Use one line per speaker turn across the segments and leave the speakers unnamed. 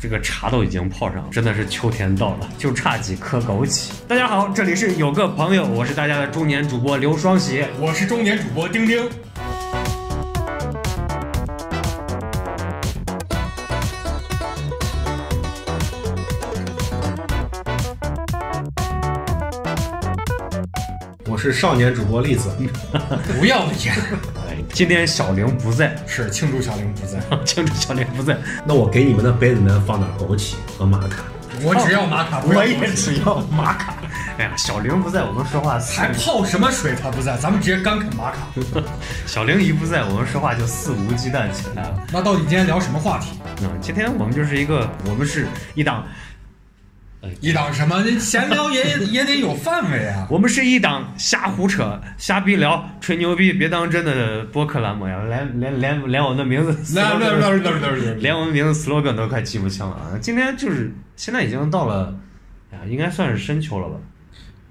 这个茶都已经泡上了，真的是秋天到了，就差几颗枸杞。大家好，这里是有个朋友，我是大家的中年主播刘双喜。
我是中年主播丁丁，
我是少年主播栗子，
不要脸！
哎今天小玲不在，
是庆祝小玲不在，
庆祝小玲不在，
那我给你们的杯子里面放点枸杞和玛卡。
我只要玛卡，不要枸杞
只要玛卡。哎呀，小玲不在，我们说话四
还泡什么水？他不在，咱们直接干啃玛卡。
小玲一不在，我们说话就肆无忌惮起来了。
那到底今天聊什么话题？
嗯，今天我们就是一个，我们是一档，
一档什么？你闲聊也也得有范围啊！
我们是一档瞎胡扯、瞎逼聊、吹牛逼、别当真的播客栏目呀。连连连连我的名 字，
来来来来来来来
连我们名字 slogan 都快记不清了啊！今天就是现在已经到了，哎呀，应该算是深秋了吧？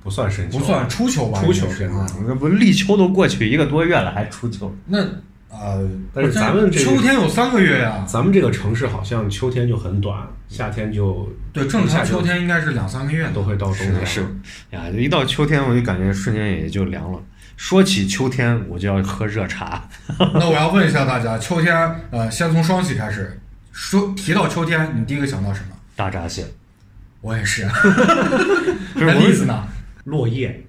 不算深秋，
不算初秋吧？
初秋
应该是
是
啊。
那不立秋都过去一个多月了，还初秋？
那呃，
啊但是咱们这个
秋天有三个月呀、
咱们这个城市好像秋天就很短，夏天就
嗯对，正常
一下就
秋天应该是两三个月
都
的。
会到冬天。
是哎呀，一到秋天我就感觉瞬间也就凉了。说起秋天，我就要喝热茶。
那我要问一下大家，秋天呃，先从双喜开始，说提到秋天，你第一个想到什么？
大闸蟹，
我也 是。啊
就是
那栗子
我
呢？
落叶，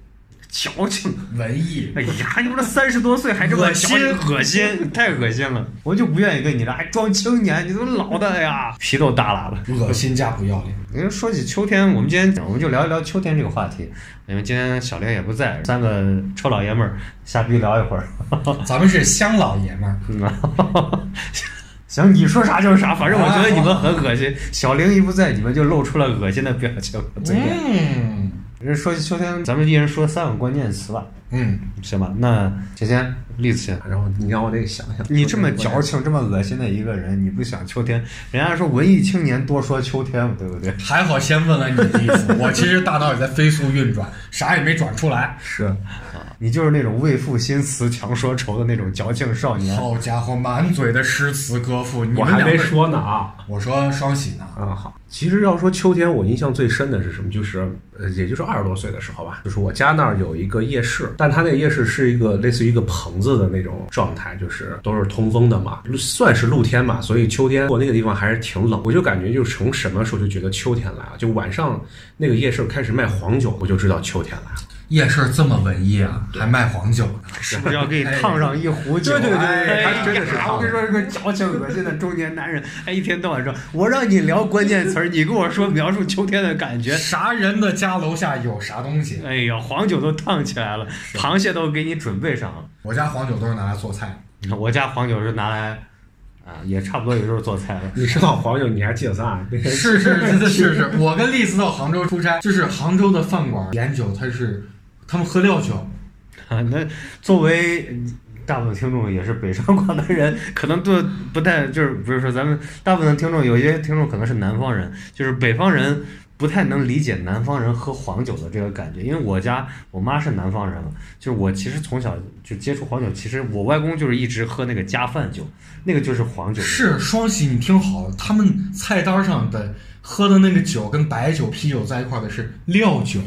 矫情。
文艺。
哎呀，你们这三十多岁还这么
恶心
恶 心，太恶心了！我就不愿意跟你这还装青年，你怎么老的哎呀？皮都耷拉了。
恶心加 不要脸。
您说起秋天，我们今天我们就聊一聊秋天这个话题，因为今天小玲也不在，三个臭老爷们儿瞎逼聊一会儿。
咱们是乡老爷们儿，
行，你说啥就是啥，反正我觉得你们很恶心。小玲一不在，你们就露出了恶心的表情。最近，
嗯
人说起秋天，咱们一人说三个关键词吧，
嗯，
行吧？那首先，栗子先。
然后你让我得想想，
你这么矫情、这么恶心的一个人，你不想秋天？人家说文艺青年多说秋天，对不对？
还好先问了你的意 思，我其实大脑也在飞速运转，啥也没转出来。
是啊，你就是那种为赋新词强说愁的那种矫情少年。
好家伙，满嘴的诗词歌赋，你
我
们
还
两
没
个，
说呢啊。
我说双喜呢，
嗯，好。其实要说秋天，我印象最深的是什么？就是呃，也就是二十多岁的时候吧，就是我家那儿有一个夜市，但它那个夜市是一个类似于一个棚子的那种状态，就是都是通风的嘛，算是露天嘛，所以秋天我那个地方还是挺冷。我就感觉就从什么时候就觉得秋天来了，就晚上那个夜市开始卖黄酒，我就知道秋天来了。
夜市这么文艺啊，还卖黄酒呢，
是不是要给你烫上一壶酒？
对对对对
哎呀
他真的是烫
我跟你说，这个矫情恶心的中年男人，哎，一天到晚说，我让你聊关键词儿，你跟我说描述秋天的感觉。
啥人的家楼下有啥东西？
哎呀，黄酒都烫起来了，螃蟹都给你准备上了。
我家黄酒都是拿来做菜，
我家黄酒是拿来，啊，也差不多也就是做菜了。
你知道黄酒，你还记得咱俩那天
是是是是 是是，我跟栗子到杭州出差，就是杭州的饭馆点酒，它是他们喝料酒，
啊， 那作为大部分听众也是北上广的人，可能对不太就是不是说咱们大部分听众有一些听众可能是南方人，就是北方人不太能理解南方人喝黄酒的这个感觉。因为我家我妈是南方人嘛，就是我其实从小就接触黄酒，其实我外公就是一直喝那个加饭酒，那个就是黄酒。
是双喜，你听好了，他们菜单上的喝的那个酒跟白酒、啤酒在一块儿的是 料酒，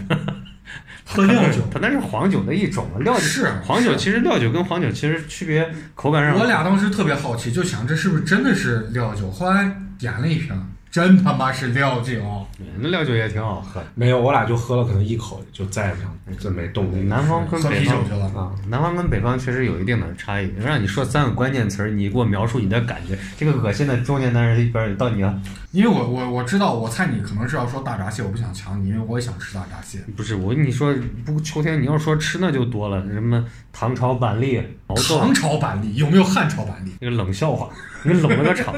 喝料酒。
它那是黄酒的一种嘛，料酒
是啊
黄酒，
是
其实料酒跟黄酒其实区别口感上，
我俩当时特别好奇，就想这是不是真的是料酒？后来点了一瓶，真他妈是料酒。
那料酒也挺好喝的，
没有，我俩就喝了可能一口就再也不想再没动力
南方跟
喝
北
啤
方
酒去了，
啊。
南方跟北方确实有一定的差异。让你说三个关键词儿，你给我描述你的感觉，这个恶心的中年男人一边儿到你了。
因为我我我知道，我猜你可能是要说大闸蟹，我不想抢你，因为我也想吃大闸蟹。
不是我跟你说，不秋天你要说吃那就多了，什么糖炒板栗、毛豆，
唐朝板栗有没有汉朝板栗？
这个冷笑话，你冷了个 场。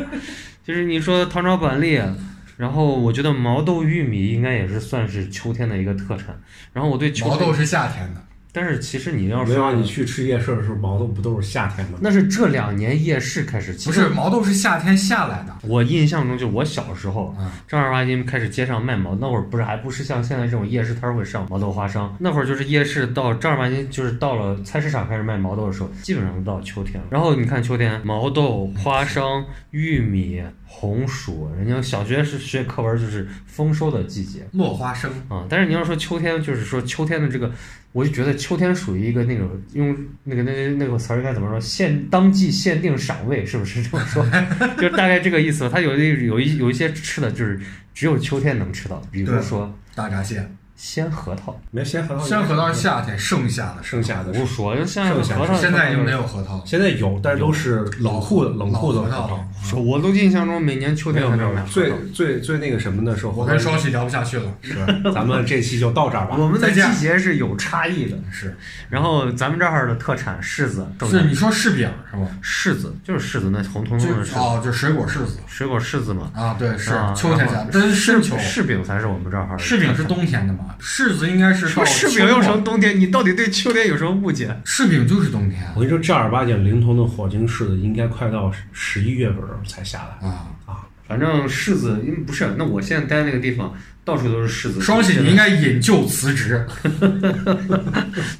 就是你说糖炒板栗，啊然后我觉得毛豆玉米应该也是算是秋天的一个特产。然后我对秋
毛
天
豆是夏天的，
但是其实你要
没有
说
啊，你去吃夜市的时候，毛豆不都是夏天吗？
那是这两年夜市开始，其
不
实
是毛豆是夏天下来的，
我印象中，就我小时候
嗯，
正儿八经开始街上卖毛，那会儿不是还不是像现在这种夜市摊儿会上毛豆花生，那会儿就是夜市到正儿八经就是到了菜市场开始卖毛豆的时候，基本上都到秋天了。然后你看秋天，毛豆、花生、玉米、红薯，人家小学是学课文就是丰收的季节。
落花生。
啊、但是你要说秋天，就是说秋天的这个，我就觉得秋天属于一个那种用那个那个那个词儿应该怎么说？限当季限定赏味，是不是这么说？ 就是大概这个意思吧。它有一有一有一些吃的，就是只有秋天能吃到的，比如
对
说
大闸蟹，
鲜核桃。
没有鲜核桃，
虽然核桃是夏天盛夏的时候
盛夏的时
不
候，
说，就像
剩下
核
的
桃，
现在已
就
经没。有核桃，
现在有，但是都是冷库的冷库的啊
老核
核
桃
桃。。
说，我都印象中每年秋
没
天
有
才
没有
能买，核
最
桃。
最最那个什么的时候，
我跟双喜聊不下去了，
是 咱们这期就到这儿吧。
我们的
再
季
见
节是有差异的，
是
然后咱们这儿的特产柿子，
是你说柿饼是吗？
柿子就是柿子，那红彤彤
就
的柿子，
哦，就水果柿子
水果柿子嘛，
啊，对，是
啊
秋天下，
然后
但是深秋。
柿饼才是我们这儿哈。
柿饼是冬天的嘛？柿子应该是
什么
到
柿饼
秋
又
末
成冬天？你到底对秋天有什么误解？
柿饼就是冬天啊
我跟你说，正儿八经灵童的火晶柿子应该快到十一月份儿才下来
啊。
啊！
反正柿子，因为不是，那我现在待那个地方到处都是柿子。
双喜，你应该引咎辞职。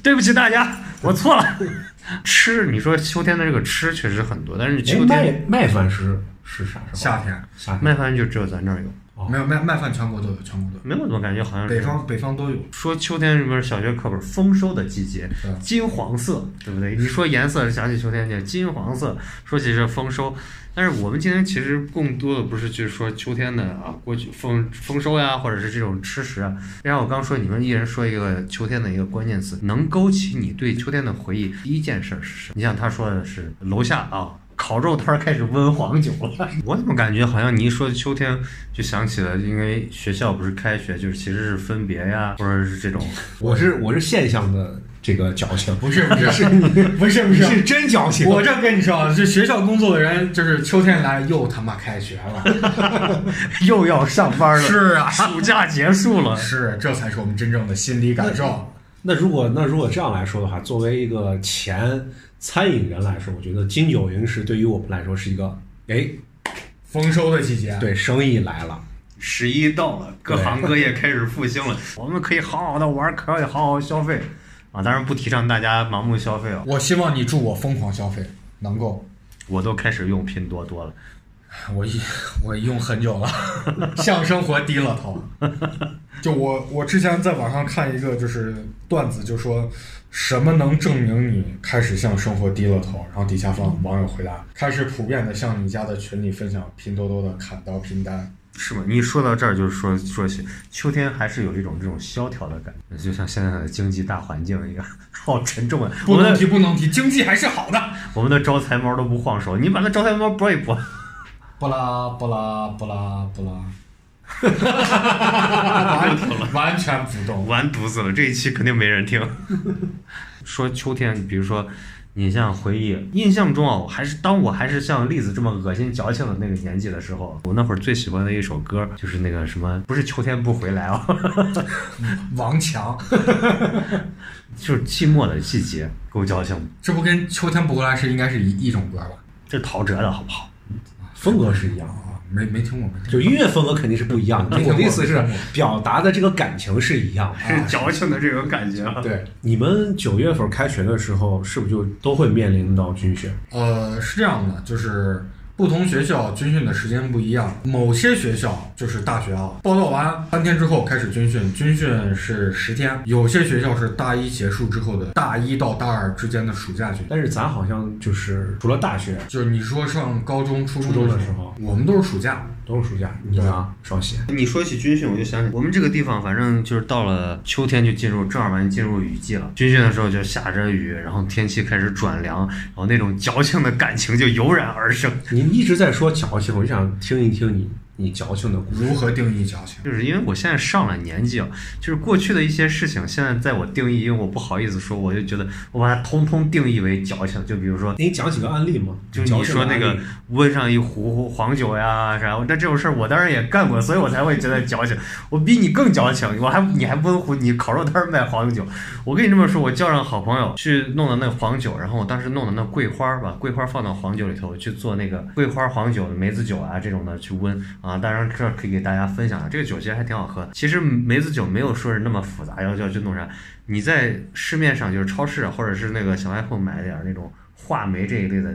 对不起大家，我错 了。吃，你说秋天的这个吃确实很多，但是
哎
秋，天
麦麦饭是是啥时候？
夏天
夏天
卖饭就只有咱这儿有，
哦
没有卖卖饭，全国都有，全国都有，
没有怎么感觉好像是
北方北方都有。
说秋天什么小学课本丰收的季节，
嗯
金黄色，对不对？你说颜色，想起秋天去，金黄色，说起这丰收。但是我们今天其实更多的不是去说秋天的啊，过去丰丰收呀，或者是这种吃食啊。然后我刚说你们一人说一个秋天的一个关键词，能勾起你对秋天的回忆，第一件事儿是什么？你像他说的是楼下啊。烤肉摊儿开始温黄酒了， 我怎么感觉好像你一说秋天就想起了，因为学校不是开学，就是其实是分别呀，或者是这种
我是我是现象的这个矫情，
不是不是 不是不
你
是
是，啊真矫情。
我这跟你说，啊，这学校工作的人，就是秋天来又他妈开学 了。
又要上班了，
是嗯啊，
暑假结束了，
是，这才是我们真正的心理感受。
那如果那如果这样来说的话，作为一个前餐饮人来说，我觉得金九银十对于我们来说是一个，哎，
丰收的季节，啊
对，生意来了。
十一到了，各行各业开始复兴了，我们可以好好的玩，可以好好消费啊！当然不提倡大家盲目消费哦，
我希望你祝我疯狂消费，能够。
我都开始用拼多多了。
我一我用很久了，向生活低了头。就我我之前在网上看一个就是段子，就说什么能证明你开始向生活低了头？然后底下放网友回答：开始普遍的向你家的群里分享拼多多的砍刀拼单。
是吗？你说到这儿，就是说说起秋天，还是有一种这种萧条的感觉，就像现在的经济大环境一样，好沉重啊！我
不
们
能
的
提，不能提，经济还是好的。
我们的招财猫都不晃手，你把那招财猫拨一拨，
不啦不啦不啦不啦， 完完全不动。
完犊子了，这一期肯定没人听。 说秋天，比如说，你像回忆印象中啊，我还是当我还是像栗子这么恶心矫情的那个年纪的时候，我那会儿最喜欢的一首歌就是那个什么，不是秋天不回来啊，
王强，
就是寂寞的季节，够矫情。
这不跟秋天不回来是应该是一一种歌吧？
这是陶喆的好不好？
风格是一样的，
啊，没没听过，没听
就音乐风格肯定是不一
嗯
样的。
没
我的意
听过
思是，表达的这个感情是一样的。
啊
是 矫情的这种感觉啊。
过。 对，
你们九月份开学的时候，是不是就都会面临到军训？
呃，是这样的，就是不同学校军训的时间不一样，某些学校就是大学啊，报到完三天之后开始军训，军训是十天，有些学校是大一结束之后的大一到大二之间的暑假军训。
但是咱好像就是除了大学，
就是你说上高中、初
初
中
中的
的
时候
我们都是暑假，
都是暑假。你呢，双喜？
你说起军训，我就想起我们这个地方，反正就是到了秋天就进入正儿八经进入雨季了。军训的时候就下着雨，然后天气开始转凉，然后那种矫情的感情就油然而生。
你一直在说矫情，我就想听一听你你矫情的故事。
如何定义矫情？
就是因为我现在上了年纪啊，就是过去的一些事情，现在在我定义，因为我不好意思说，我就觉得我把它通通定义为矫情。就比如说，
你讲几个案例吗？
就
矫
你
情的
说那
案
个
例
温上一壶黄酒呀啥，那这种事儿我当然也干过，所以我才会觉得矫情。我比你更矫情，我还你还温壶，你烤肉摊儿卖黄酒。我跟你这么说，我叫上好朋友去弄的那黄酒，然后我当时弄的那桂花儿吧，桂花儿放到黄酒里头去做那个桂花黄酒、梅子酒啊这种的去温啊。当然这可以给大家分享啊，这个酒其实还挺好喝。其实梅子酒没有说是那么复杂，要要去弄啥。你在市面上就是超市啊或者是那个小卖铺买点儿那种话梅这一类的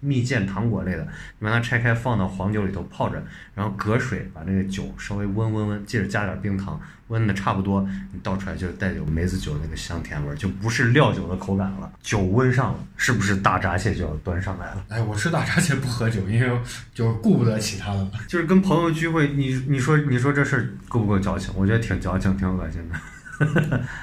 蜜饯糖果类的，你把它拆开放到黄酒里头泡着，然后隔水把那个酒稍微温温温，接着加点冰糖，温的差不多，你倒出来就是带有梅子酒那个香甜味儿，就不是料酒的口感了。酒温上了，是不是大闸蟹就要端上来了？
哎，我吃大闸蟹不喝酒，因为就顾不得其他的了。
就是跟朋友聚会，你你说你说这事儿够不够矫情？我觉得挺矫情，挺恶心的。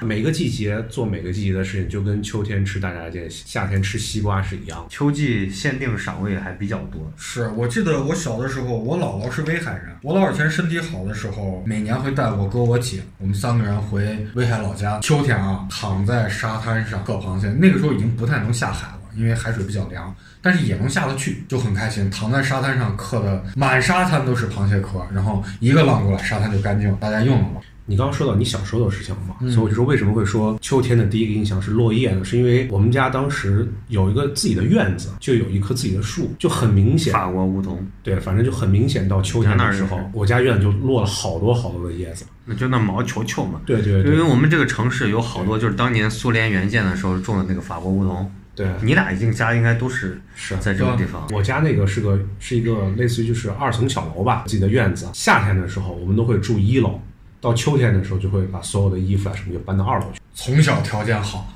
每个季节做每个季节的事情，就跟秋天吃大闸蟹、夏天吃西瓜是一样的。
秋季限定赏味还比较多，
是我记得我小的时候，我姥姥是威海人。我姥姥以前身体好的时候，每年会带我哥我姐，我们三个人回威海老家。秋天啊，躺在沙滩上嗑螃蟹，那个时候已经不太能下海了，因为海水比较凉，但是也能下得去，就很开心。躺在沙滩上嗑的满沙滩都是螃蟹壳，然后一个浪过来，沙滩就干净了，大家用了嘛。
你刚刚说到你小时候的事情嘛，
嗯
所以我就说为什么会说秋天的第一个印象是落叶呢？是因为我们家当时有一个自己的院子，就有一棵自己的树，就很明显，
法国梧桐，
对，反正就很明显，到秋天
哪
的
儿
时候
也是，
我家院子就落了好多好多的叶子。
那就那毛球球嘛。
对对
因为
对
我们这个城市有好多就是当年苏联援建的时候种的那个法国梧桐，
对，
你俩一进家应该都是
是。
在这个地方。
我家那个是个是一个类似于就是二层小楼吧，自己的院子。夏天的时候我们都会住一楼，到秋天的时候就会把所有的衣服啊什么就搬到二楼去。
从小条件好，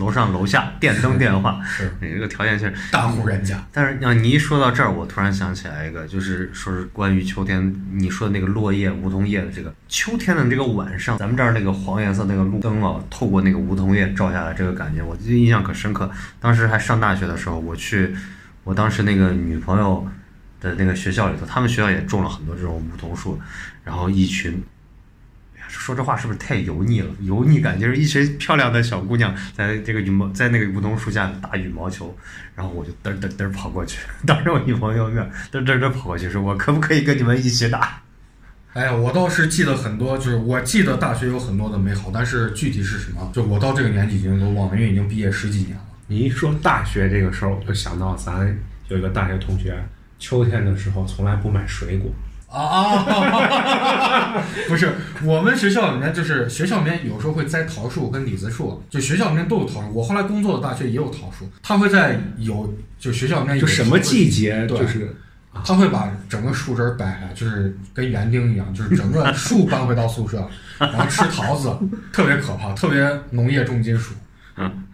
楼上楼下电灯电话，
是
你这个条件确实。
大户人家。
但是啊，你一说到这儿，我突然想起来一个，就是说是关于秋天你说的那个落叶、梧桐叶的这个秋天的这个晚上，咱们这儿那个黄颜色那个路灯啊，透过那个梧桐叶照下来，这个感觉啊我印象可深刻。当时还上大学的时候，我去我当时那个女朋友的那个学校里头，他们学校也种了很多这种梧桐树，然后一群说这话是不是太油腻了？油腻感就是一群漂亮的小姑娘在这个羽毛在那个梧桐树下打羽毛球，然后我就嘚儿嘚儿嘚儿跑过去， 当着我女朋友面嘚儿嘚儿嘚儿跑过去说：“我可不可以跟你们一起打
哎呀，我倒是记得很多，就是我记得大学有很多的美好，但是具体是什么，就我到这个年纪已经都忘了，因为已经毕业十几年了。
你一说大学这个事儿，我就想到咱有一个大学同学，秋天的时候从来不买水果，
啊啊！ 不是，我们学校里面就是学校里面有时候会栽桃树跟李子树，啊就学校里面都有桃树。我后来工作的大学也有桃树，他会在有就学校里面有
就什么季节
对
就是
他会把整个树枝儿掰开，就是跟园丁一样，就是整个树搬回到宿舍，然后吃桃子，特别可怕，特别农业重金属。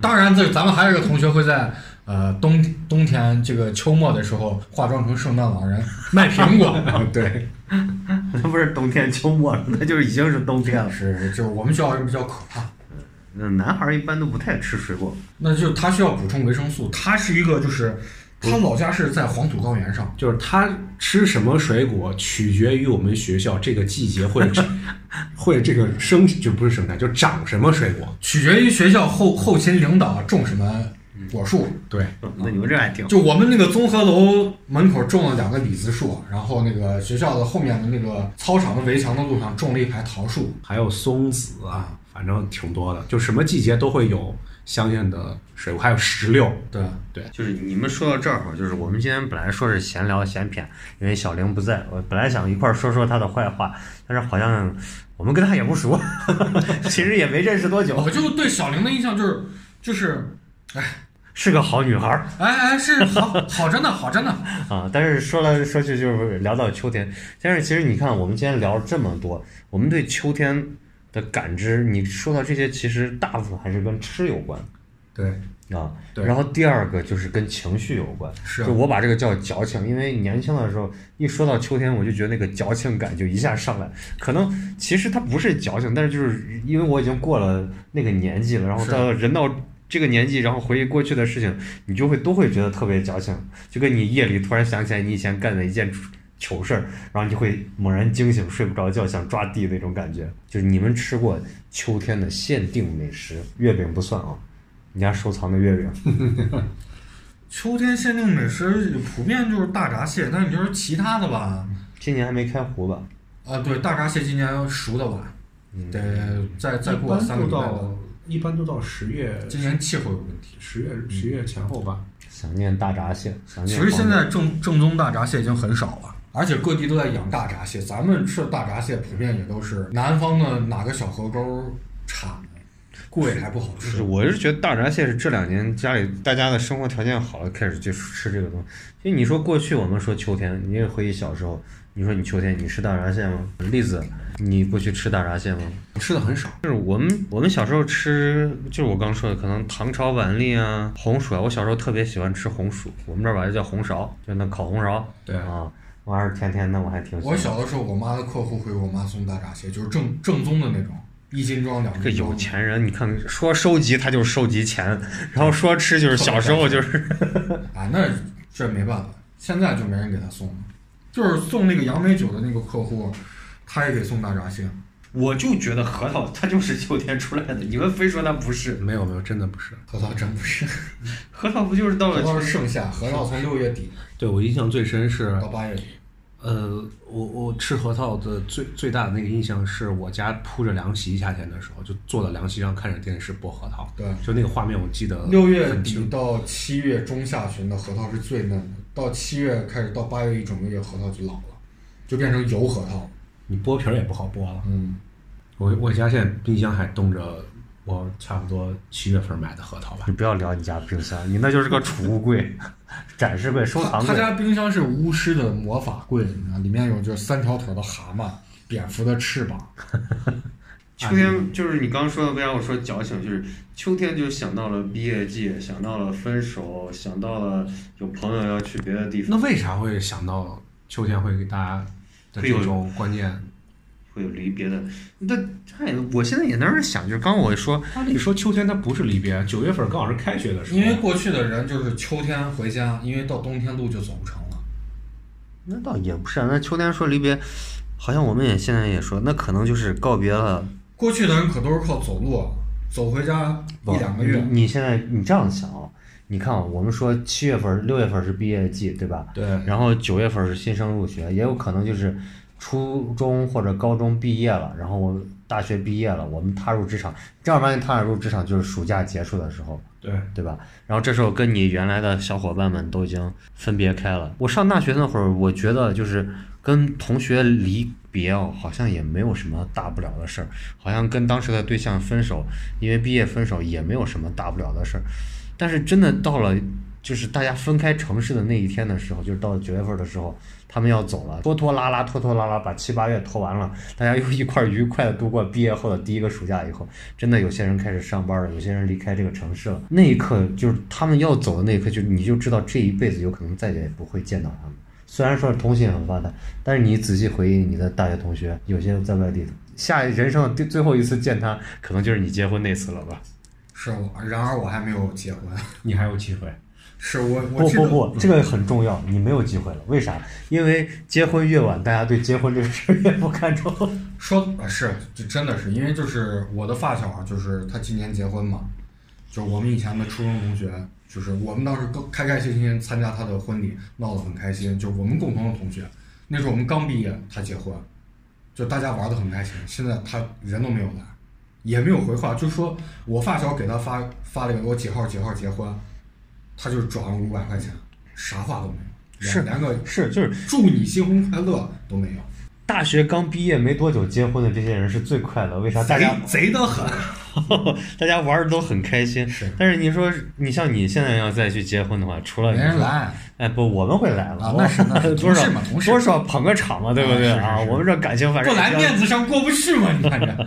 当然，这咱们还有一个同学会在呃冬冬天这个秋末的时候化妆成圣诞老人卖苹果。对，？”
那不是冬天秋末了，那就是已经是冬天了。
是就是我们学校人比较可怕。
那男孩儿一般都不太吃水果，
那就他需要补充维生素，他是一个就是他老家是在黄土高原上，
就是他吃什么水果取决于我们学校这个季节会 会这个生就不是生产就长什么水果。
取决于学校后后勤领导种什么果树。
对，
嗯那你们这还挺
就我们那个综合楼门口种了两个李子树，啊然后那个学校的后面的那个操场的围墙的路上种了一排桃树。
还有松子啊，反正挺多的，就什么季节都会有相应的水果，还有石榴。
对，
就是你们说到这儿哈，就是我们今天本来说是闲聊闲谝，因为小玲不在，我本来想一块儿说说她的坏话，但是好像我们跟她也不熟， 其实也没认识多久，
我就对小玲的印象就是就是，
是个好女孩儿
哎哎是好好真的好真的，
啊。但是说来说去就是聊到秋天，但是其实你看我们今天聊了这么多，我们对秋天的感知，你说到这些，其实大部分还是跟吃有关
对，
啊。
对
然后第二个就是跟情绪有关。
是啊
就我把这个叫矫情，因为年轻的时候一说到秋天，我就觉得那个矫情感就一下上来。可能其实它不是矫情，但是就是因为我已经过了那个年纪了，然后
是
到人到这个年纪，然后回忆过去的事情，你就会都会觉得特别矫情，就跟你夜里突然想起来你以前干的一件蠢糗事儿，然后你就会猛然惊醒，睡不着觉，想抓地那种感觉。就是你们吃过秋天的限定美食，月饼不算啊，你家收藏的月饼。
秋天限定美食普遍就是大闸蟹，但是你说其他的吧，
今年还没开湖吧？
啊，对，大闸蟹今年熟的晚，得再再
一
过
般
三个
都
礼拜吧
到。一般都到十月
今年气候有问题。
十月十月前后吧。
想念大闸蟹，想
其
念。
实现在正正宗大闸蟹已经很少了，而且各地都在养大闸蟹。咱们吃的大闸蟹普遍也都是南方的哪个小河沟产的，贵还不好
就是
吃。
我是觉得大闸蟹是这两年家里大家的生活条件好了，开始就吃这个东西。因为你说过去我们说秋天，你也回忆小时候，你说你秋天你吃大闸蟹吗？栗子，你过去吃大闸蟹吗？
吃的很少，
就是我们我们小时候吃，就是我刚说的，可能糖炒板栗啊、红薯啊。我小时候特别喜欢吃红薯，我们这儿管它叫红苕，就那烤红苕。
对
啊，玩意儿甜甜的，我还挺喜欢。
我小的时候，我妈的客户会给我妈送大闸蟹，就是正正宗的那种，一斤装两
这
斤装。
有钱人，你看说收集他就收集钱，然后说吃就是小时候就是
啊，那这没办法，现在就没人给他送了。就是送那个杨梅酒的那个客户，他也给送大闸蟹。
我就觉得核桃它就是秋天出来的，你们非说它不是，
没有没有，真的不是。
核桃真不是，
核桃不 就是到
核
了
桃是
秋？
盛夏，核桃从六月底
对我印象最深是，
到八月底。
呃，我我吃核桃的最最大的那个印象是我家铺着凉席，夏天的时候就坐在凉席上看着电视剥核桃，
对
就那个画面我记得
六月
呃很
底
清。
到七月中下旬的核桃是最嫩的，到七月开始到八月一整个月核桃就老了，就变成油核桃了。
你剥皮儿也不好剥了。
嗯，
我我家现在冰箱还冻着我差不多七月份买的核桃吧
你。不要聊你家冰箱，你那就是个储物柜、 展示柜、收
他
藏
他
柜。
家冰箱是巫师的魔法柜，你知道里面有就是三条腿的蛤蟆、蝙蝠的翅膀，
秋天就是你刚说的，为啥我说矫情？就是秋天就想到了毕业季，想到了分手，想到了有朋友要去别的地方，
那为啥会想到秋天会给大家的
会有
这种观念？
会有离别的。那哎，我现在也在那儿想，就是刚我说
按理说秋天它不是离别，九月份刚好是开学的时候。
因为过去的人就是秋天回家，因为到冬天路就走不成了。
那倒也不是啊，那秋天说离别，好像我们也现在也说，那可能就是告别了。
过去的人可都是靠走路，啊走回家一两个月。
你你现在你这样想啊，你看啊，我们说七月份、六月份是毕业季，对吧？
对
然后九月份是新生入学，也有可能就是初中或者高中毕业了，然后我们大学毕业了，我们踏入职场。正儿八经踏入职场就是暑假结束的时候，
对，
对吧？然后这时候跟你原来的小伙伴们都已经分别开了。我上大学那会儿，我觉得就是跟同学离别哦，好像也没有什么大不了的事儿，好像跟当时的对象分手，因为毕业分手也没有什么大不了的事儿。但是真的到了就是大家分开城市的那一天的时候，就是到九月份的时候，他们要走了，拖拖拉拉，拖拖拉拉，把七八月拖完了，大家又一块儿愉快的度过毕业后的第一个暑假以后，真的有些人开始上班了，有些人离开这个城市了。那一刻，就是他们要走的那一刻，就你就知道这一辈子有可能再也不会见到他们。虽然说通信很发达，但是你仔细回忆你的大学同学，有些在外地的，下人生的最最后一次见他，可能就是你结婚那次了吧？
是我，然而我还没有结婚。
你还有机会。
是我，我
不
记得
不不，这个很重要，你没有机会了。为啥？因为结婚越晚，大家对结婚这个事儿越不看重。
说啊是，这真的是因为就是我的发小啊，就是他今年结婚嘛，就是我们以前的初中同学，就是我们当时刚开开心心参加他的婚礼，闹得很开心。就是我们共同的同学，那时候我们刚毕业，他结婚，就大家玩得很开心。现在他人都没有来，也没有回话，就说我发小给他发发了一个我几号几号结婚，他就转了五百块钱，啥话都没有，
是
连连个
是，就是
祝你新婚快乐都没有。
大学刚毕业没多久结婚的这些人是最快乐，为啥？大 家
贼贼的很，
大家玩的都很开心。
是
但是你说你像你现在要再去结婚的话，除了
没
你
人
说，
来。
哎不，我们会来了，
啊那是那是
多少
同事嘛同事
多少捧个场嘛，对不对
啊是是
啊？
是
我们这感情反正
不来
比较
面子上过不去嘛，你看着。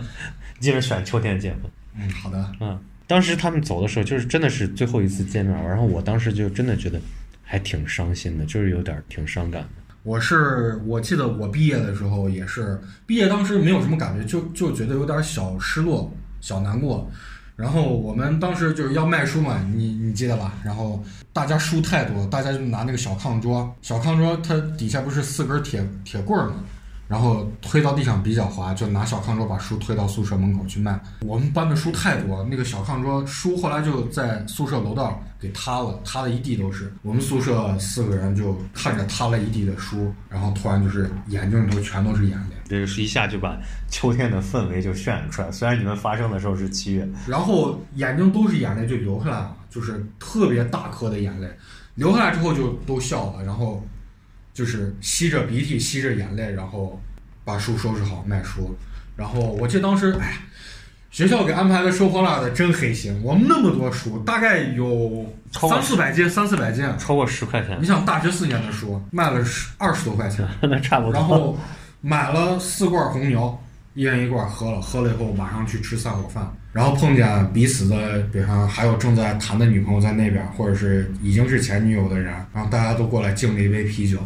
基本选秋天结婚。
嗯，好的。
嗯，当时他们走的时候，就是真的是最后一次见面，然后我当时就真的觉得还挺伤心的，就是有点儿挺伤感的。
我是我记得我毕业的时候也是，毕业当时没有什么感觉，就就觉得有点小失落、小难过。然后我们当时就是要卖书嘛，你你记得吧？然后大家书太多，大家就拿那个小炕桌，小炕桌它底下不是四根铁铁棍儿嘛，然后推到地上比较滑，就拿小炕桌把书推到宿舍门口去卖。我们班的书太多，那个小炕桌书后来就在宿舍楼道给塌了，塌的一地都是。我们宿舍四个人就看着塌了一地的书，然后突然就是眼睛里头全都是眼泪。
这是一下就把秋天的氛围就渲染出来。虽然你们发生的时候是七月，
然后眼睛都是眼泪就流下来了，就是特别大颗的眼泪，流下来之后就都笑了，然后就是吸着鼻涕吸着眼泪，然后把书收拾好卖书，然后我记得当时哎。学校给安排的收破烂的真黑心，我们那么多书，大概有
超过
三四百件，三四百件。
超过十块钱
你，想大学四年的书卖了十二十多块钱，
那差不多。
然后买了四罐红牛，一人一罐喝了，喝了以后马上去吃散伙饭，然后碰见彼此的，比方还有正在谈的女朋友在那边，或者是已经是前女友的人，然后大家都过来敬了一杯啤酒。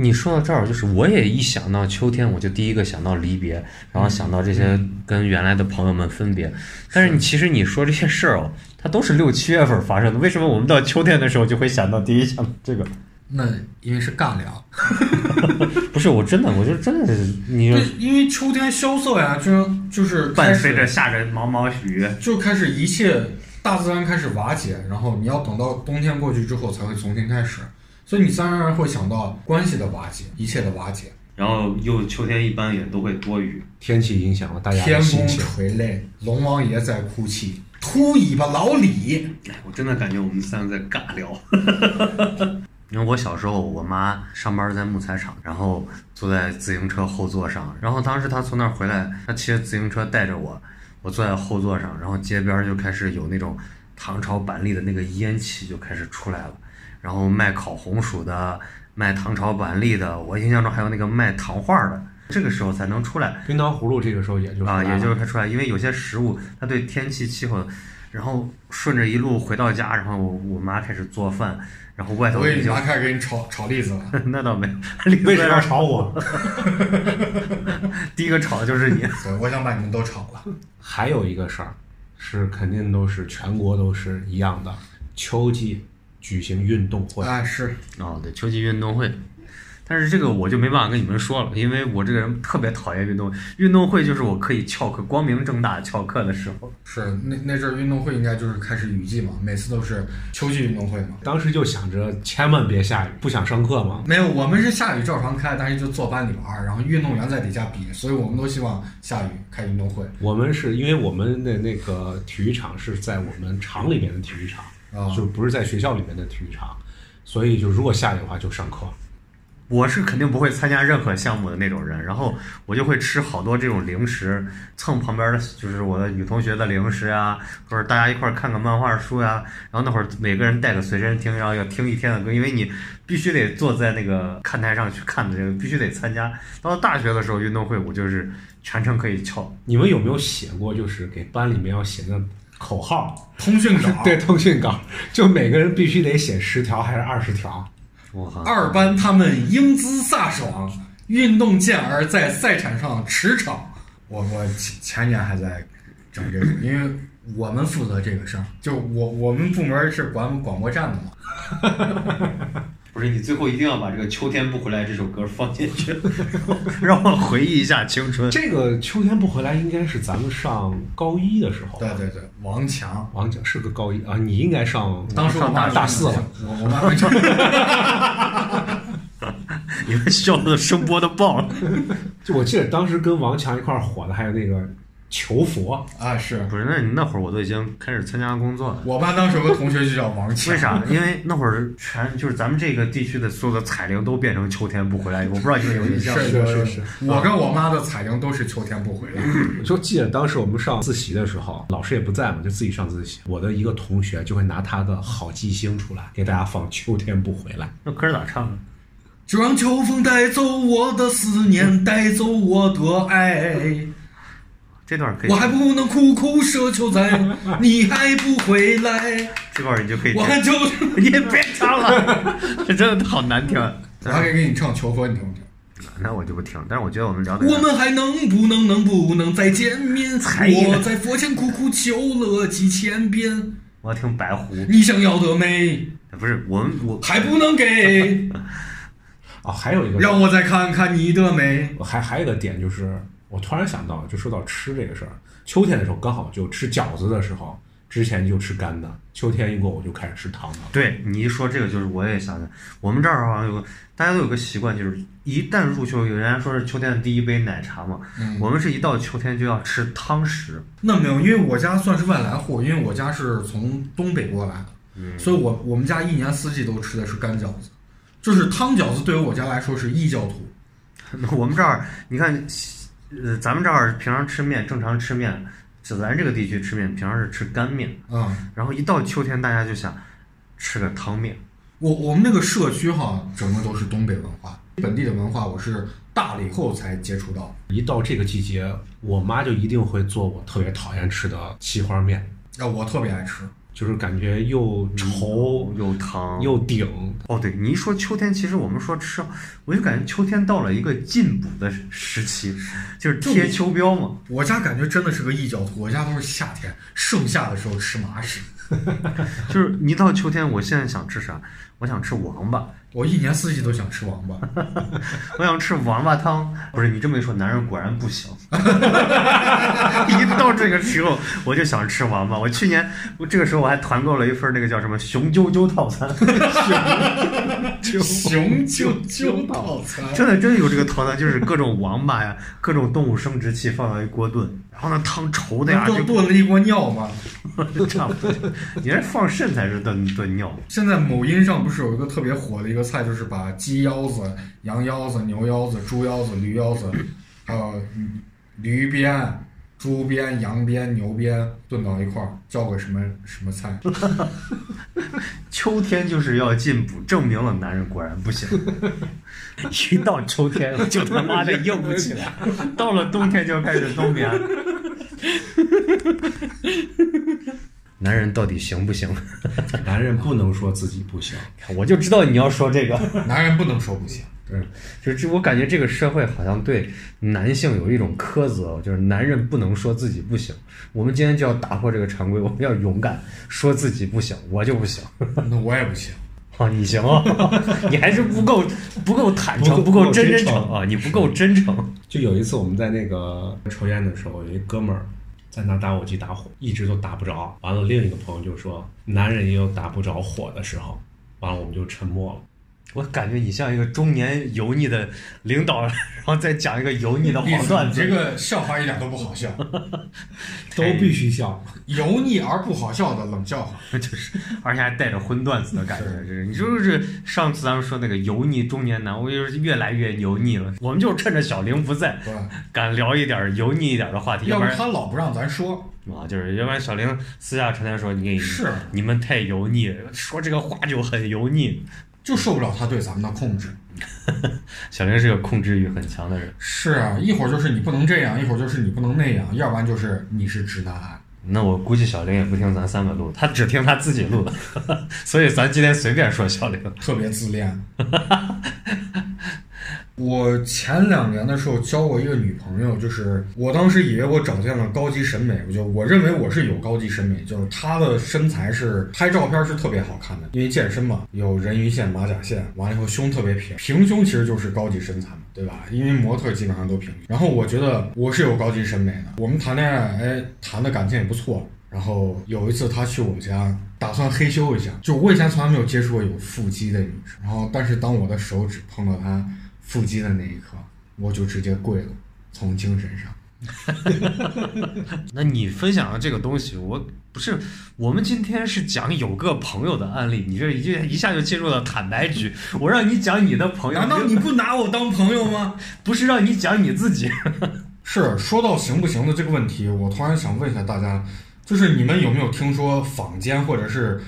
你说到这儿，就是我也一想到秋天，我就第一个想到离别，然后想到这些跟原来的朋友们分别。但嗯是你其实你说这些事儿哦，它都是六七月份发生的。为什么我们到秋天的时候就会想到第一想到这个？
那因为是尬聊，
不是我真的，我就真的是你
对，因为秋天萧瑟呀，就就是开
伴
始
随着下着毛毛雨，
就开始一切大自然开始瓦解，然后你要等到冬天过去之后才会重新开始，所以你自然而然会想到关系的瓦解，一切的瓦解，
然后又秋天一般也都会多雨。
天气影响了大家
天
的心
公
情。
垂泪，龙王爷在哭泣，秃尾巴老李，
哎，我真的感觉我们三个在尬聊。 因为我小时候，我妈上班在木材厂，然后坐在自行车后座上，然后当时她从那儿回来，她骑着自行车带着我，我坐在后座上，然后街边儿就开始有那种唐朝板栗的那个烟气就开始出来了，然后卖烤红薯的，卖唐朝板栗的，我印象中还有那个卖糖画儿的，这个时候才能出来。
冰糖葫芦这个时候也就
啊，
出来
也就
了
是它出来，因为有些食物它对天气气候，然后顺着一路回到家，然后我我妈开始做饭，然后外头
我
已
已
经
经拿开始给你炒炒栗子了。
那倒没有，李
为
子
什 么
要
要吵我？
第一个炒的就是你，
对，我想把你们都炒了。
还有一个事儿是肯定都是全国都是一样的，秋季举行运动会。
哎，是
哦，对，秋季运动会。但是这个我就没办法跟你们说了，因为我这个人特别讨厌运动。运动会就是我可以翘课，光明正大翘课的时候。
是，那那阵儿运动会应该就是开始雨季嘛，每次都是秋季运动会嘛。
当时就想着千万别下雨，不想上课嘛。
没有，我们是下雨照常开，但是就坐班里玩儿，然后运动员在底下比，所以我们都希望下雨开运动会。
我们是因为我们的那个体育场是在我们厂里面的体育场，
哦
啊
就不是在学校里面的体育场，所以就如果下雨的话就上课。
我是肯定不会参加任何项目的那种人，然后我就会吃好多这种零食，蹭旁边的就是我的女同学的零食啊，或者大家一块儿看个漫画书呀、啊然后那会儿每个人带个随身听，然后要听一天的歌，因为你必须得坐在那个看台上去看的这个，必须得参加。到了大学的时候，运动会我就是全程可以翘，
你们有没有写过，就是给班里面要写那口号？，
通讯稿
对，通讯稿，就每个人必须得写十条还是二十条？
我靠，
二班他们英姿飒爽，运动健儿在赛场上驰骋。我我前前年还在整这个，因为我们负责这个事儿，就我我们部门是管广播站的嘛。
不是你最后一定要把这个《秋天不回来》这首歌放进去， 让我回忆一下青春。
这个秋天不回来，应该是咱们上高一的时候。
对，对对，王强，
王讲是个高一啊，你应该上
当时我
上
妈
大
就
大四了。
我我妈说，
你们笑的声波都爆了。
就我记得当时跟王强一块儿火的还有那个求佛，
啊，是
不是，那你那会儿我都已经开始参加工作了。
我班当时有个同学就叫王强，
为？啥？因为那会儿全就是咱们这个地区的所有的彩铃都变成秋天不回来，我不知道你们有没有印
是
象。
是
是
是嗯
是
我跟我妈的彩铃都是秋天不回来。
我就记得当时我们上自习的时候，老师也不在嘛，就自己上自习。我的一个同学就会拿他的好记星出来给大家放《秋天不回来》。
那歌儿咋唱啊的？
就让秋风带走我的思念，带走我的爱。
这段可以
我，还不能苦苦奢求在，你还不回来，
这段你就可以
我。还就
你别唱了，这真的好难听啊。
我还可以给你唱《求婚》，你听不听？
那我就不听。但是我觉得我们聊的，
我们还能不能能不能再见面？
才艺
我在佛前苦苦求了几千遍，
我要听白狐，
你想要的美
不是我们我
还不能给，
哦，还有一个，
让我再看看你的美。
还还有一个点就是，我突然想到，就说到吃这个事儿，秋天的时候刚好就吃饺子的时候，之前就吃干的，秋天一过我就开始吃糖的。
对你一说这个，就是我也想想，我们这儿好像有个大家都有个习惯，就是一旦入秋，有人家说是秋天的第一杯奶茶嘛，
嗯
我们是一到秋天就要吃汤食，
那没有，因为我家算是外来户，因为我家是从东北过来的，所以我我们家一年四季都吃的是干饺子，就是汤饺子对于我家来说是异教徒。
我们这儿，你看，呃，咱们这儿平常吃面，正常吃面，就咱这个地区吃面，平常是吃干面，
嗯，
然后一到秋天，大家就想吃个汤面。
我我们那个社区哈，整个都是东北文化，本地的文化我是大了以后才接触到。
一到这个季节，我妈就一定会做我特别讨厌吃的七花面，
啊，我特别爱吃，
就是感觉又稠
又糖
又顶。
哦，对你一说秋天，其实我们说吃，我就感觉秋天到了一个进补的时期，就是贴秋膘嘛。
我家感觉真的是个异教徒，我家都是夏天盛夏的时候吃麻食，
就是你到秋天，我现在想吃啥？我想吃王八，
我一年四季都想吃王 八。
我想吃王八汤。不是你这么一说，男人果然不行。 一到这个时候，我就想吃王八。我去年我这个时候我还团购了一份那个叫什么雄赳赳套餐，
雄赳赳套餐，
真的真的有这个套餐，就是各种王八呀，各种动物生殖器放到一锅炖，然后那汤稠的呀，
炖
就
炖了一锅尿吗？
差不多。你这放肾才是炖炖尿。
现在某音上不是有一个特别火的一个菜，就是把鸡腰子、羊腰子、牛腰子、猪腰子、驴腰子，还有驴鞭、猪鞭、羊鞭、牛鞭炖到一块儿，叫个什么什么菜？
秋天就是要进补，证明了男人果然不行。 一到秋天就他妈的硬不起来， 到了冬天就开始冬眠。 男人到底行不行？
男人不能说自己不行，
我就知道你要说这个。
男人不能说不行。
嗯，就是这，我感觉这个社会好像对男性有一种苛责，就是男人不能说自己不行。我们今天就要打破这个常规，我们要勇敢说自己不行，我就不行。
那我也不行。
啊，你行啊，你还是不够不够坦诚，
不
不
够
够真
真诚
诚啊，你不够真诚。
就有一次我们在那个抽烟的时候，有一哥们儿在那打火机打火，一直都打不着。完了，另一个朋友就说，男人也有打不着火的时候。完了，我们就沉默了。
我感觉你像一个中年油腻的领导， 然后再讲一个油腻的
栗
黄
子，
段
你这
子。
个笑话一点都不好笑，
都必须笑。
油腻而不好笑的冷笑话。
就是，而且还带着荤段子的感觉，就是你就是上次咱们说那个油腻中年男，我就是越来越油腻了。我们就是趁着小玲不在，
对吧？
敢聊一点油腻一点的话题，
要
要
不
不然
他老不让咱说，
啊，就是要不然小玲私下陈楠说你
是
你们太油腻，说这个话就很油腻。
就受不了他对咱们的控制。
小玲是个控制欲很强的人。
是啊，一会儿就是你不能这样，一会儿就是你不能那样，要不然就是你是直男癌。
那我估计小玲也不听咱三百录，她只听她自己录的， 所以咱今天随便说小玲。
特别自恋。我前两年的时候交过一个女朋友，就是我当时以为我找见了高级审美，我就我认为我是有高级审美，就是她的身材是拍照片是特别好看的，因为健身嘛，有人鱼线、马甲线，完了以后胸特别平，平胸其实就是高级身材嘛，对吧？因为模特基本上都平胸。然后我觉得我是有高级审美的，我们谈恋爱，哎，谈的感情也不错，然后有一次她去我家，打算黑修一下，就我以前从来没有接触过有腹肌的女生。然后，但是当我的手指碰到她腹肌的那一刻，我就直接跪了，从精神上。
那你分享的这个东西，我不是我们今天是讲有个朋友的案例，你这一一下就进入了坦白局。我让你讲你的朋友，
难哎道你不拿我当朋友吗？
不是让你讲你自己？
是说到行不行的这个问题，我突然想问一下大家，就是你们有没有听说坊间或者是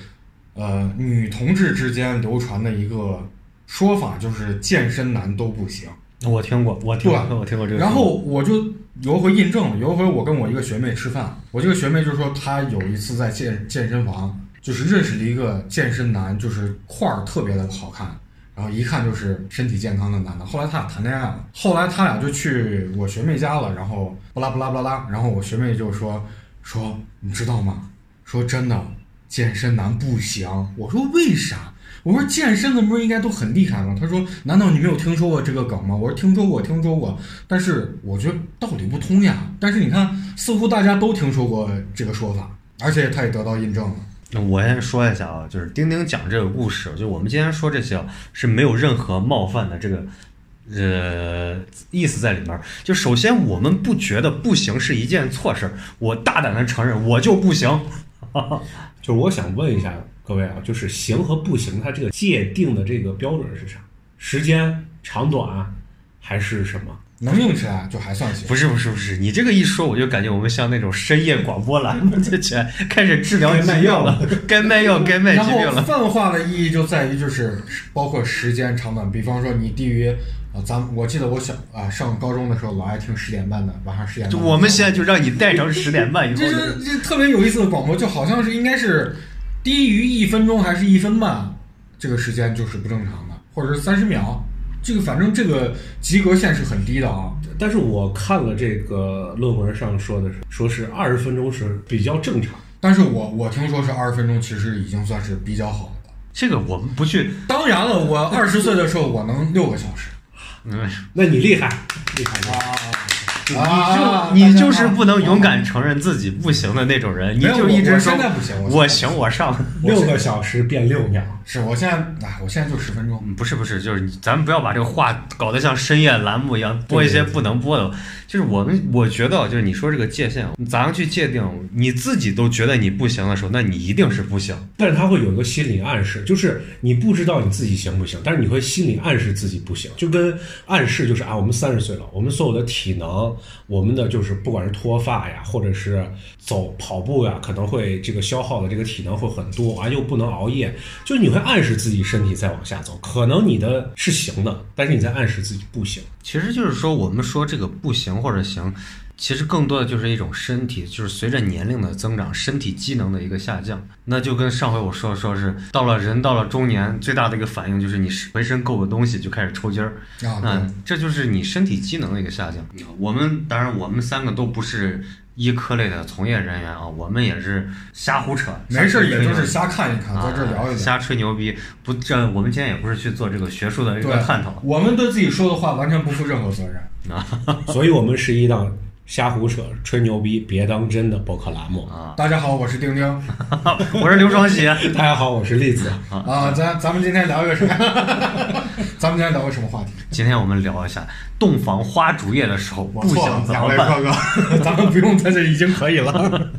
呃女同志之间流传的一个说法，就是健身男都不行？
我听过，我听
对
过，我听过这个。
然后我就有一回印证了，有一回我跟我一个学妹吃饭，我这个学妹就说她有一次在健健身房，就是认识了一个健身男，就是块儿特别的好看，然后一看就是身体健康的男的。后来他俩谈恋爱了，后来他俩就去我学妹家了，然后巴拉巴拉巴拉，然后我学妹就说说你知道吗？说真的，健身男不行。我说为啥？我说健身的不是应该都很厉害吗？他说难道你没有听说过这个梗吗？我说听说过，听说过，但是我觉得道理不通呀。但是你看，似乎大家都听说过这个说法，而且他也得到印证了。
那我先说一下啊，就是丁丁讲这个故事，就我们今天说这些啊，是没有任何冒犯的这个呃意思在里面儿。就首先，我们不觉得不行是一件错事儿，我大胆的承认，我就不行。
就是我想问一下各位啊，就是行和不行，它这个界定的这个标准是啥？时间长短啊还是什么？
能硬起来就还算行。
不是不是不是，你这个一说，我就感觉我们像那种深夜广播栏目，就全开始治疗
该卖药
了，该卖药该卖
然
疾病
后
了。
泛化的意义就在于，就是包括时间长短。比方说，你低于啊，咱我记得我小啊上高中的时候老爱听十点半的，晚上十点
就
半。
我们现在就让你带成十点半以后
这，是这特别有意思的广播，就好像是应该是低于一分钟还是一分半，这个时间就是不正常的，或者是三十秒，这个反正这个及格线是很低的啊。
但是我看了这个论文上说的是，说是二十分钟是比较正常。
但是我我听说是二十分钟，其实已经算是比较好的。
这个我们不去，
当然了，我二十岁的时候我能六个小时
嗯，
那你厉害，厉害！
啊
就你就是不能勇敢承认自己不行的那种人，你
没有
就一
我
直
我
说
现在不行我
我
现在
行我 上。
六个小时变六秒，
是我现在哎，我现在就十分钟。
嗯不是不是，就是你咱们不要把这个话搞得像深夜栏目一样，播一些不能播的。就是我们我觉得啊，就是你说这个界限，啊咱们去界定，你自己都觉得你不行的时候，那你一定是不行。
但是他会有一个心理暗示，就是你不知道你自己行不行，但是你会心理暗示自己不行，就跟暗示就是啊，我们三十岁了，我们所有的体能，我们的就是不管是脱发呀，或者是走跑步呀，可能会这个消耗的这个体能会很多啊，又不能熬夜，就你会暗示自己身体在往下走，可能你的是行的，但是你在暗示自己不行。
其实就是说，我们说这个不行或者行，其实更多的就是一种身体，就是随着年龄的增长，身体机能的一个下降。那就跟上回我说说是，到了人到了中年，最大的一个反应就是你浑身够个东西就开始抽筋儿。
啊
那
对嗯
这就是你身体机能的一个下降。我们当然，我们三个都不是医科类的从业人员啊，我们也是瞎胡扯，
没事，也就
瞎吹牛
是瞎看一看，在这儿聊一
啊
聊。
瞎吹牛逼。不，这我们今天也不是去做这个学术的一个
对
探讨，
我们对自己说的话完全不负任何责任。
所以我们是一档瞎胡扯、吹牛逼、别当真的博客栏目。
大家好，我是丁丁
我是刘双 喜。
大家好，我是栗子。
嗯
啊，咱咱们今天聊一个什么？ 咱们今天聊个什么话题？
今天我们聊一下洞房花烛夜的时候
我
不
错了
行，怎
两
么
位
办。
哥哥， 咱们不用在这已经可以了。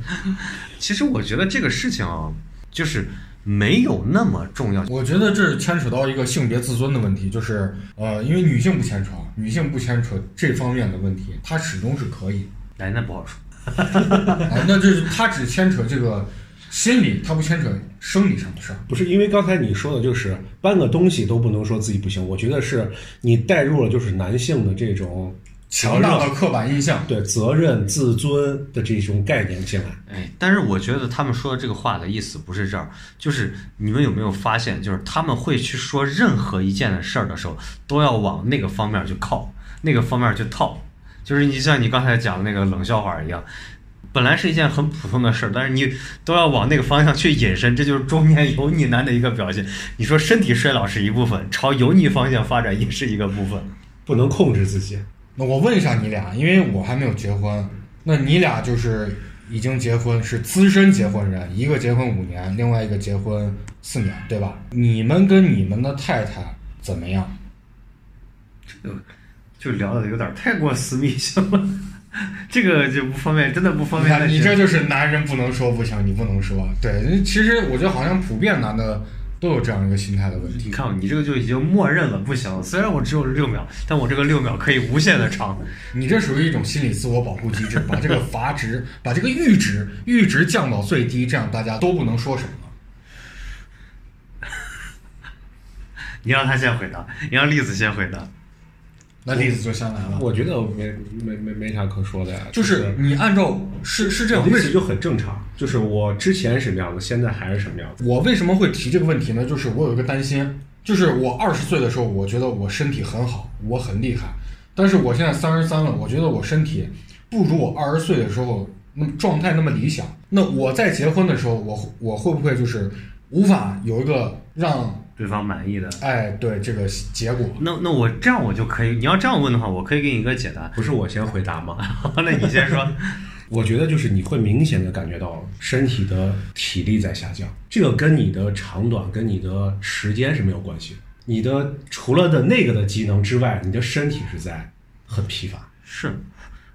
其实我觉得这个事情啊，就是没有那么重要。
我觉得这牵扯到一个性别自尊的问题，就是呃，因为女性不牵扯，女性不牵扯这方面的问题，她始终是可以的。
哎，那不好说。
啊，那就是她只牵扯这个心理，她不牵扯生理上的事儿。
不是因为刚才你说的，就是搬个东西都不能说自己不行。我觉得是你带入了就是男性的这种
强大的刻板印象，
对责任、自尊的这种概念进来。
哎，但是我觉得他们说的这个话的意思不是这儿，就是你们有没有发现，就是他们会去说任何一件的事儿的时候，都要往那个方面去靠，那个方面去套。就是你像你刚才讲的那个冷笑话一样，本来是一件很普通的事儿，但是你都要往那个方向去引申，这就是中年油腻男的一个表现。你说身体衰老是一部分，朝油腻方向发展也是一个部分。
不能控制自己，
那我问一下你俩，因为我还没有结婚，那你俩就是已经结婚，是资深结婚人，一个结婚五年，另外一个结婚四年，对吧？你们跟你们的太太怎么样？
就聊的有点太过私密性了， 这个就不方便，真的不方
你
便再
看，你
去
这就是男人不能说不行，你不能说。对，其实我觉得好像普遍男的都有这样一个心态的问题。
你看，你这个就已经默认了不行。虽然我只有六秒，但我这个六秒可以无限的长。
你这属于一种心理自我保护机制，把这个 阀值，把这个阈值，阈值降到最低，这样大家都不能说什么。
你让他先回答，你让栗子先回答。
那例子就先来了。
我觉得没没没没啥可说的呀。
就是你按照是是这样，为
为
什
什就很正常？就是我之前什么样子，现在还是什么样子。
我为什么会提这个问题呢？就是我有一个担心，就是我二十岁的时候，我觉得我身体很好，我很厉害，但是我现在三十三了，我觉得我身体不如我二十岁的时候那么状态那么理想。那我在结婚的时候，我会我会不会就是无法有一个让
对方满意的。
哎对这个结果？
那那我这样我就可以，你要这样问的话，我可以给你一个解答。
不是我先回答吗？
那你先说，
我觉得就是你会明显的感觉到身体的体力在下降，这个跟你的长短跟你的时间是没有关系的。你的除了的那个的机能之外，你的身体是在很疲乏。
是，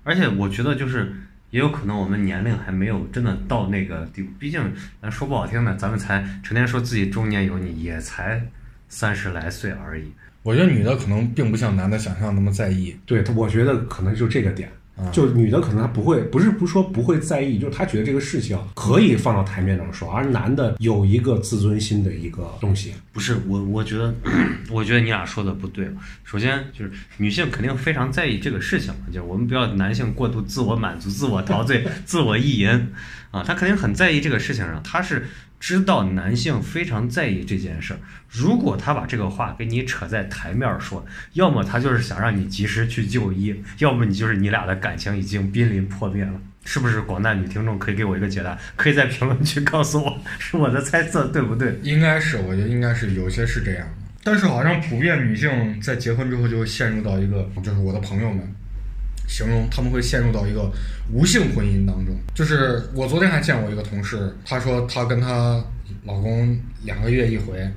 而且我觉得就是也有可能我们年龄还没有真的到那个地步，毕竟咱说不好听的，咱们才成天说自己中年油腻，也才三十来岁而已。
我觉得女的可能并不像男的想象那么在意。
对，我觉得可能就这个点，就女的可能她不会，不是不是说不会在意，就是她觉得这个事情可以放到台面上说，而男的有一个自尊心的一个东西。
不是我，我觉得， 我觉得你俩说的不对。啊首先就是女性肯定非常在意这个事情，就是我们不要男性过度自我满足、自我陶醉、自我意淫啊，她肯定很在意这个事情上，她是知道男性非常在意这件事儿。如果她把这个话给你扯在台面儿说，要么她就是想让你及时去就医，要么你就是你俩的感情已经濒临破灭了。是不是广大女听众可以给我一个解答？可以在评论区告诉我，是我的猜测对不对？
应该是，我觉得应该是有些是这样的，但是好像普遍女性在结婚之后就会陷入到一个，就是我的朋友们形容他们会陷入到一个无性婚姻当中。就是我昨天还见过一个同事，她说她跟她老公两个月一回，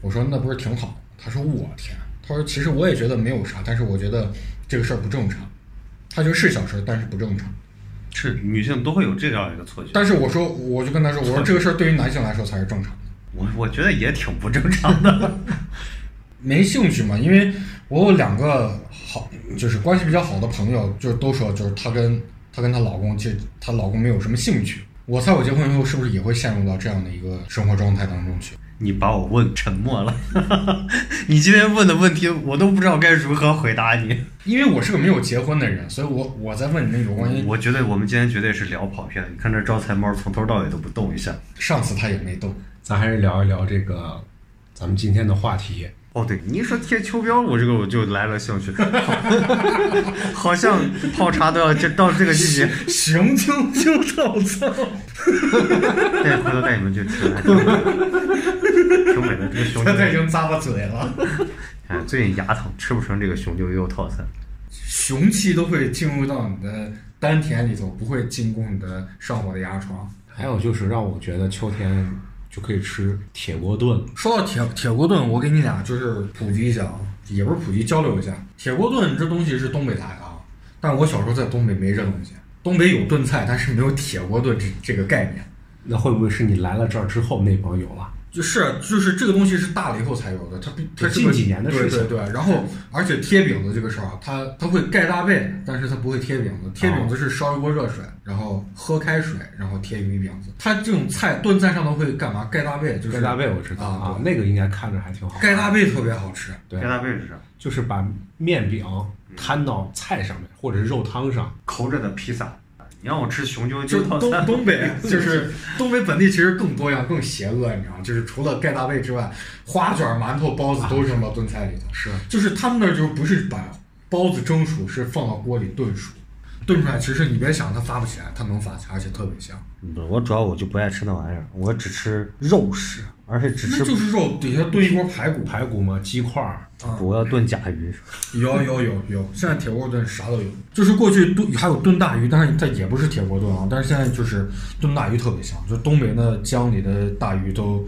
我说那不是挺好？她说我天，她说其实我也觉得没有啥，但是我觉得这个事儿不正常，她觉得是小事儿，但是不正常。
是女性都会有这样一个错觉，
但是我说，我就跟她说，我说这个事儿对于男性来说才是正常的。
我我觉得也挺不正常的。
没兴趣嘛，因为我有两个好，就是关系比较好的朋友，就是都说，就是她跟她跟她老公，其实她老公没有什么兴趣。我猜我结婚以后是不是也会陷入到这样的一个生活状态当中去？
你把我问沉默了， 你今天问的问题我都不知道该如何回答你。
因为我是个没有结婚的人，所以我我在问你们有关于
我觉得我们今天绝对是聊跑偏了。你看这招财猫从头到尾都不动一下。
上次他也没动，
咱还是聊一聊这个咱们今天的话题。
哦，对，你一说贴秋膘，我这个我就来了兴趣， 好像泡茶都要就到这个季节，
雄赳赳道苍。
对，回头带你们去吃，还挺美的挺美的这个 熊
他他
赳。
已经咂巴嘴了，
哎，最近牙疼，吃不成这个熊赳赳套餐。
雄气都会进入到你的丹田里头，不会进攻你的上火的牙床。
还有就是让我觉得秋天就可以吃铁锅炖了。
说到铁铁锅炖，我给你俩就是普及一下啊，也不是普及，交流一下。铁锅炖这东西是东北来的啊，但我小时候在东北没这东西，东北有炖菜，但是没有铁锅炖这这个概念。
那会不会是你来了这儿之后那啊帮有了？
就是就是这个东西是大了以后才有的，它不它
这
是个
近几年的事情
对对对，然 后而且贴饼子这个事儿啊，它它会盖大被，但是它不会贴饼子。贴饼子是烧一锅热水，然后喝开水，然后贴鱼饼子。它这种菜炖菜上头会干嘛？盖大被，就是
盖大被我知道
啊
啊，那个应该看着还挺好。
盖大被特别好吃。
对
盖，大被是啥？
就是把面饼摊到菜上面或者是肉汤上。
扣着的披萨。你让我吃雄赳
就
赳套
东
餐，
东北就是东北本地，其实更多样、更邪恶，你知道吗？就是除了盖大被之外，花卷、馒头、包子都扔到炖菜里头。
是，
就是他们那儿就不是把包子蒸熟，是放到锅里炖熟。炖出来，其实你别想它发不起来，它能发起来，而且特别香。
不是，我主要我就不爱吃那玩意儿，我只吃肉食，而且只
那
吃
就是肉底下炖一锅排骨，
排骨嘛，鸡块儿，
我要炖甲鱼。
有有有有，现在铁锅炖啥都有。就是过去炖还有炖大鱼，但是它也不是铁锅炖啊。但是现在就是炖大鱼特别香，就东北那江里的大鱼都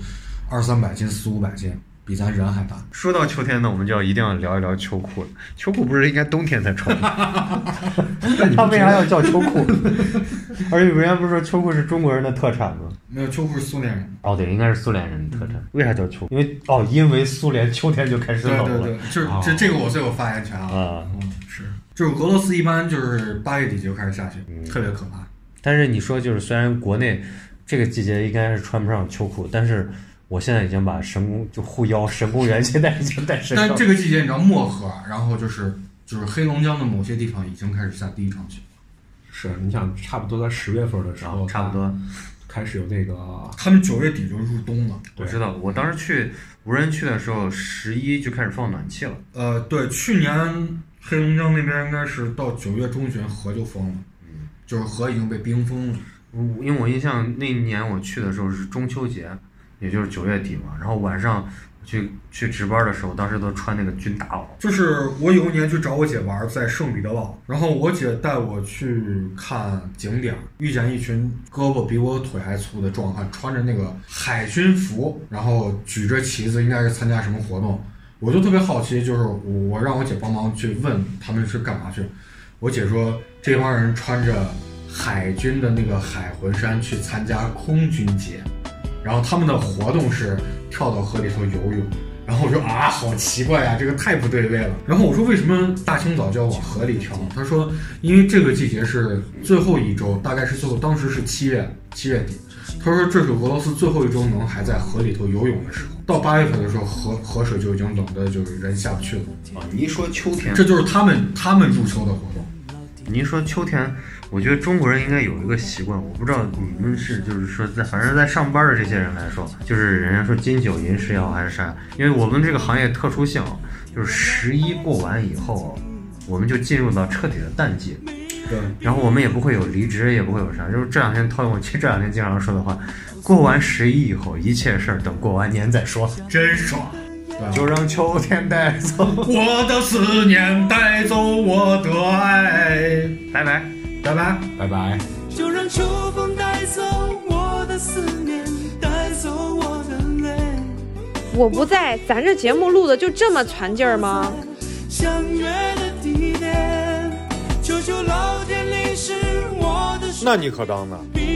二三百斤、四五百斤，比咱人还大。
说到秋天呢，我们就要一定要聊一聊秋裤了。秋裤不是应该冬天才穿吗？ 他为啥要叫秋裤？ 而且人家不是说秋裤是中国人的特产吗？
没有秋裤是苏联人，
哦，对，应该是苏联人的特产。为啥叫秋？因为哦，因为苏联秋天就开始
对
冷
对
了
对，就是这这个我最有发言权啊。
啊。
嗯，是，就是俄罗斯一般就是八月底就开始下雪，特别可怕。
但是你说就是，虽然国内这个季节应该是穿不上秋裤，但是我现在已经把神功就护腰、神功元 气带已经带身上
但
了。
这个季节你知道漠河，啊然后就是就是黑龙江的某些地方已经开始下第一场雪。
是你想差不多在十月份的时候，
差不多
它开始有那个
他们九月底就入冬了。
我知道，我当时去无人区的时候，十一就开始放暖气了。
呃，对，去年黑龙江那边应该是到九月中旬河就封了，就是河已经被冰封了。
我因为我印象那年我去的时候是中秋节，也就是九月底嘛，然后晚上去去值班的时候，当时都穿那个军大袄。
就是我有一年去找我姐玩，在圣彼得堡，然后我姐带我去看景点，遇见一群胳膊比我腿还粗的壮汉，穿着那个海军服，然后举着旗子，应该是参加什么活动。我就特别好奇，就是我我让我姐帮忙去问他们是干嘛去。我姐说这帮人穿着海军的那个海魂衫去参加空军节，然后他们的活动是跳到河里头游泳。然后我说啊，好奇怪呀、这个太不对位了。然后我说为什么大清早就要往河里跳？他说因为这个季节是最后一周，大概是最后，当时是七月七月底。他说这是俄罗斯最后一周能还在河里头游泳的时候。到八月份的时候，河河水就已经冷的，就是人下不去了。
啊，你一说秋天
这就是他们他们入秋的活动。
您说秋天，我觉得中国人应该有一个习惯，我不知道你们是就是说在反正在上班的这些人来说，就是人家说金九银十也好还是啥，因为我们这个行业特殊性，就是十一过完以后，我们就进入到彻底的淡季，
对，
然后我们也不会有离职，也不会有啥，就是这两天套用我这两天经常说的话，过完十一以后，一切事儿等过完年再说，啊
真爽。
就让秋天带走，
我的思念带走我的爱，
拜拜。
拜拜。
拜拜。
就让秋风带走我的思念，带走我的泪。
我不在，咱这节目录的就这么攒劲儿吗？
相约的地点，求求老天淋湿我的手。
那你可当呢？
比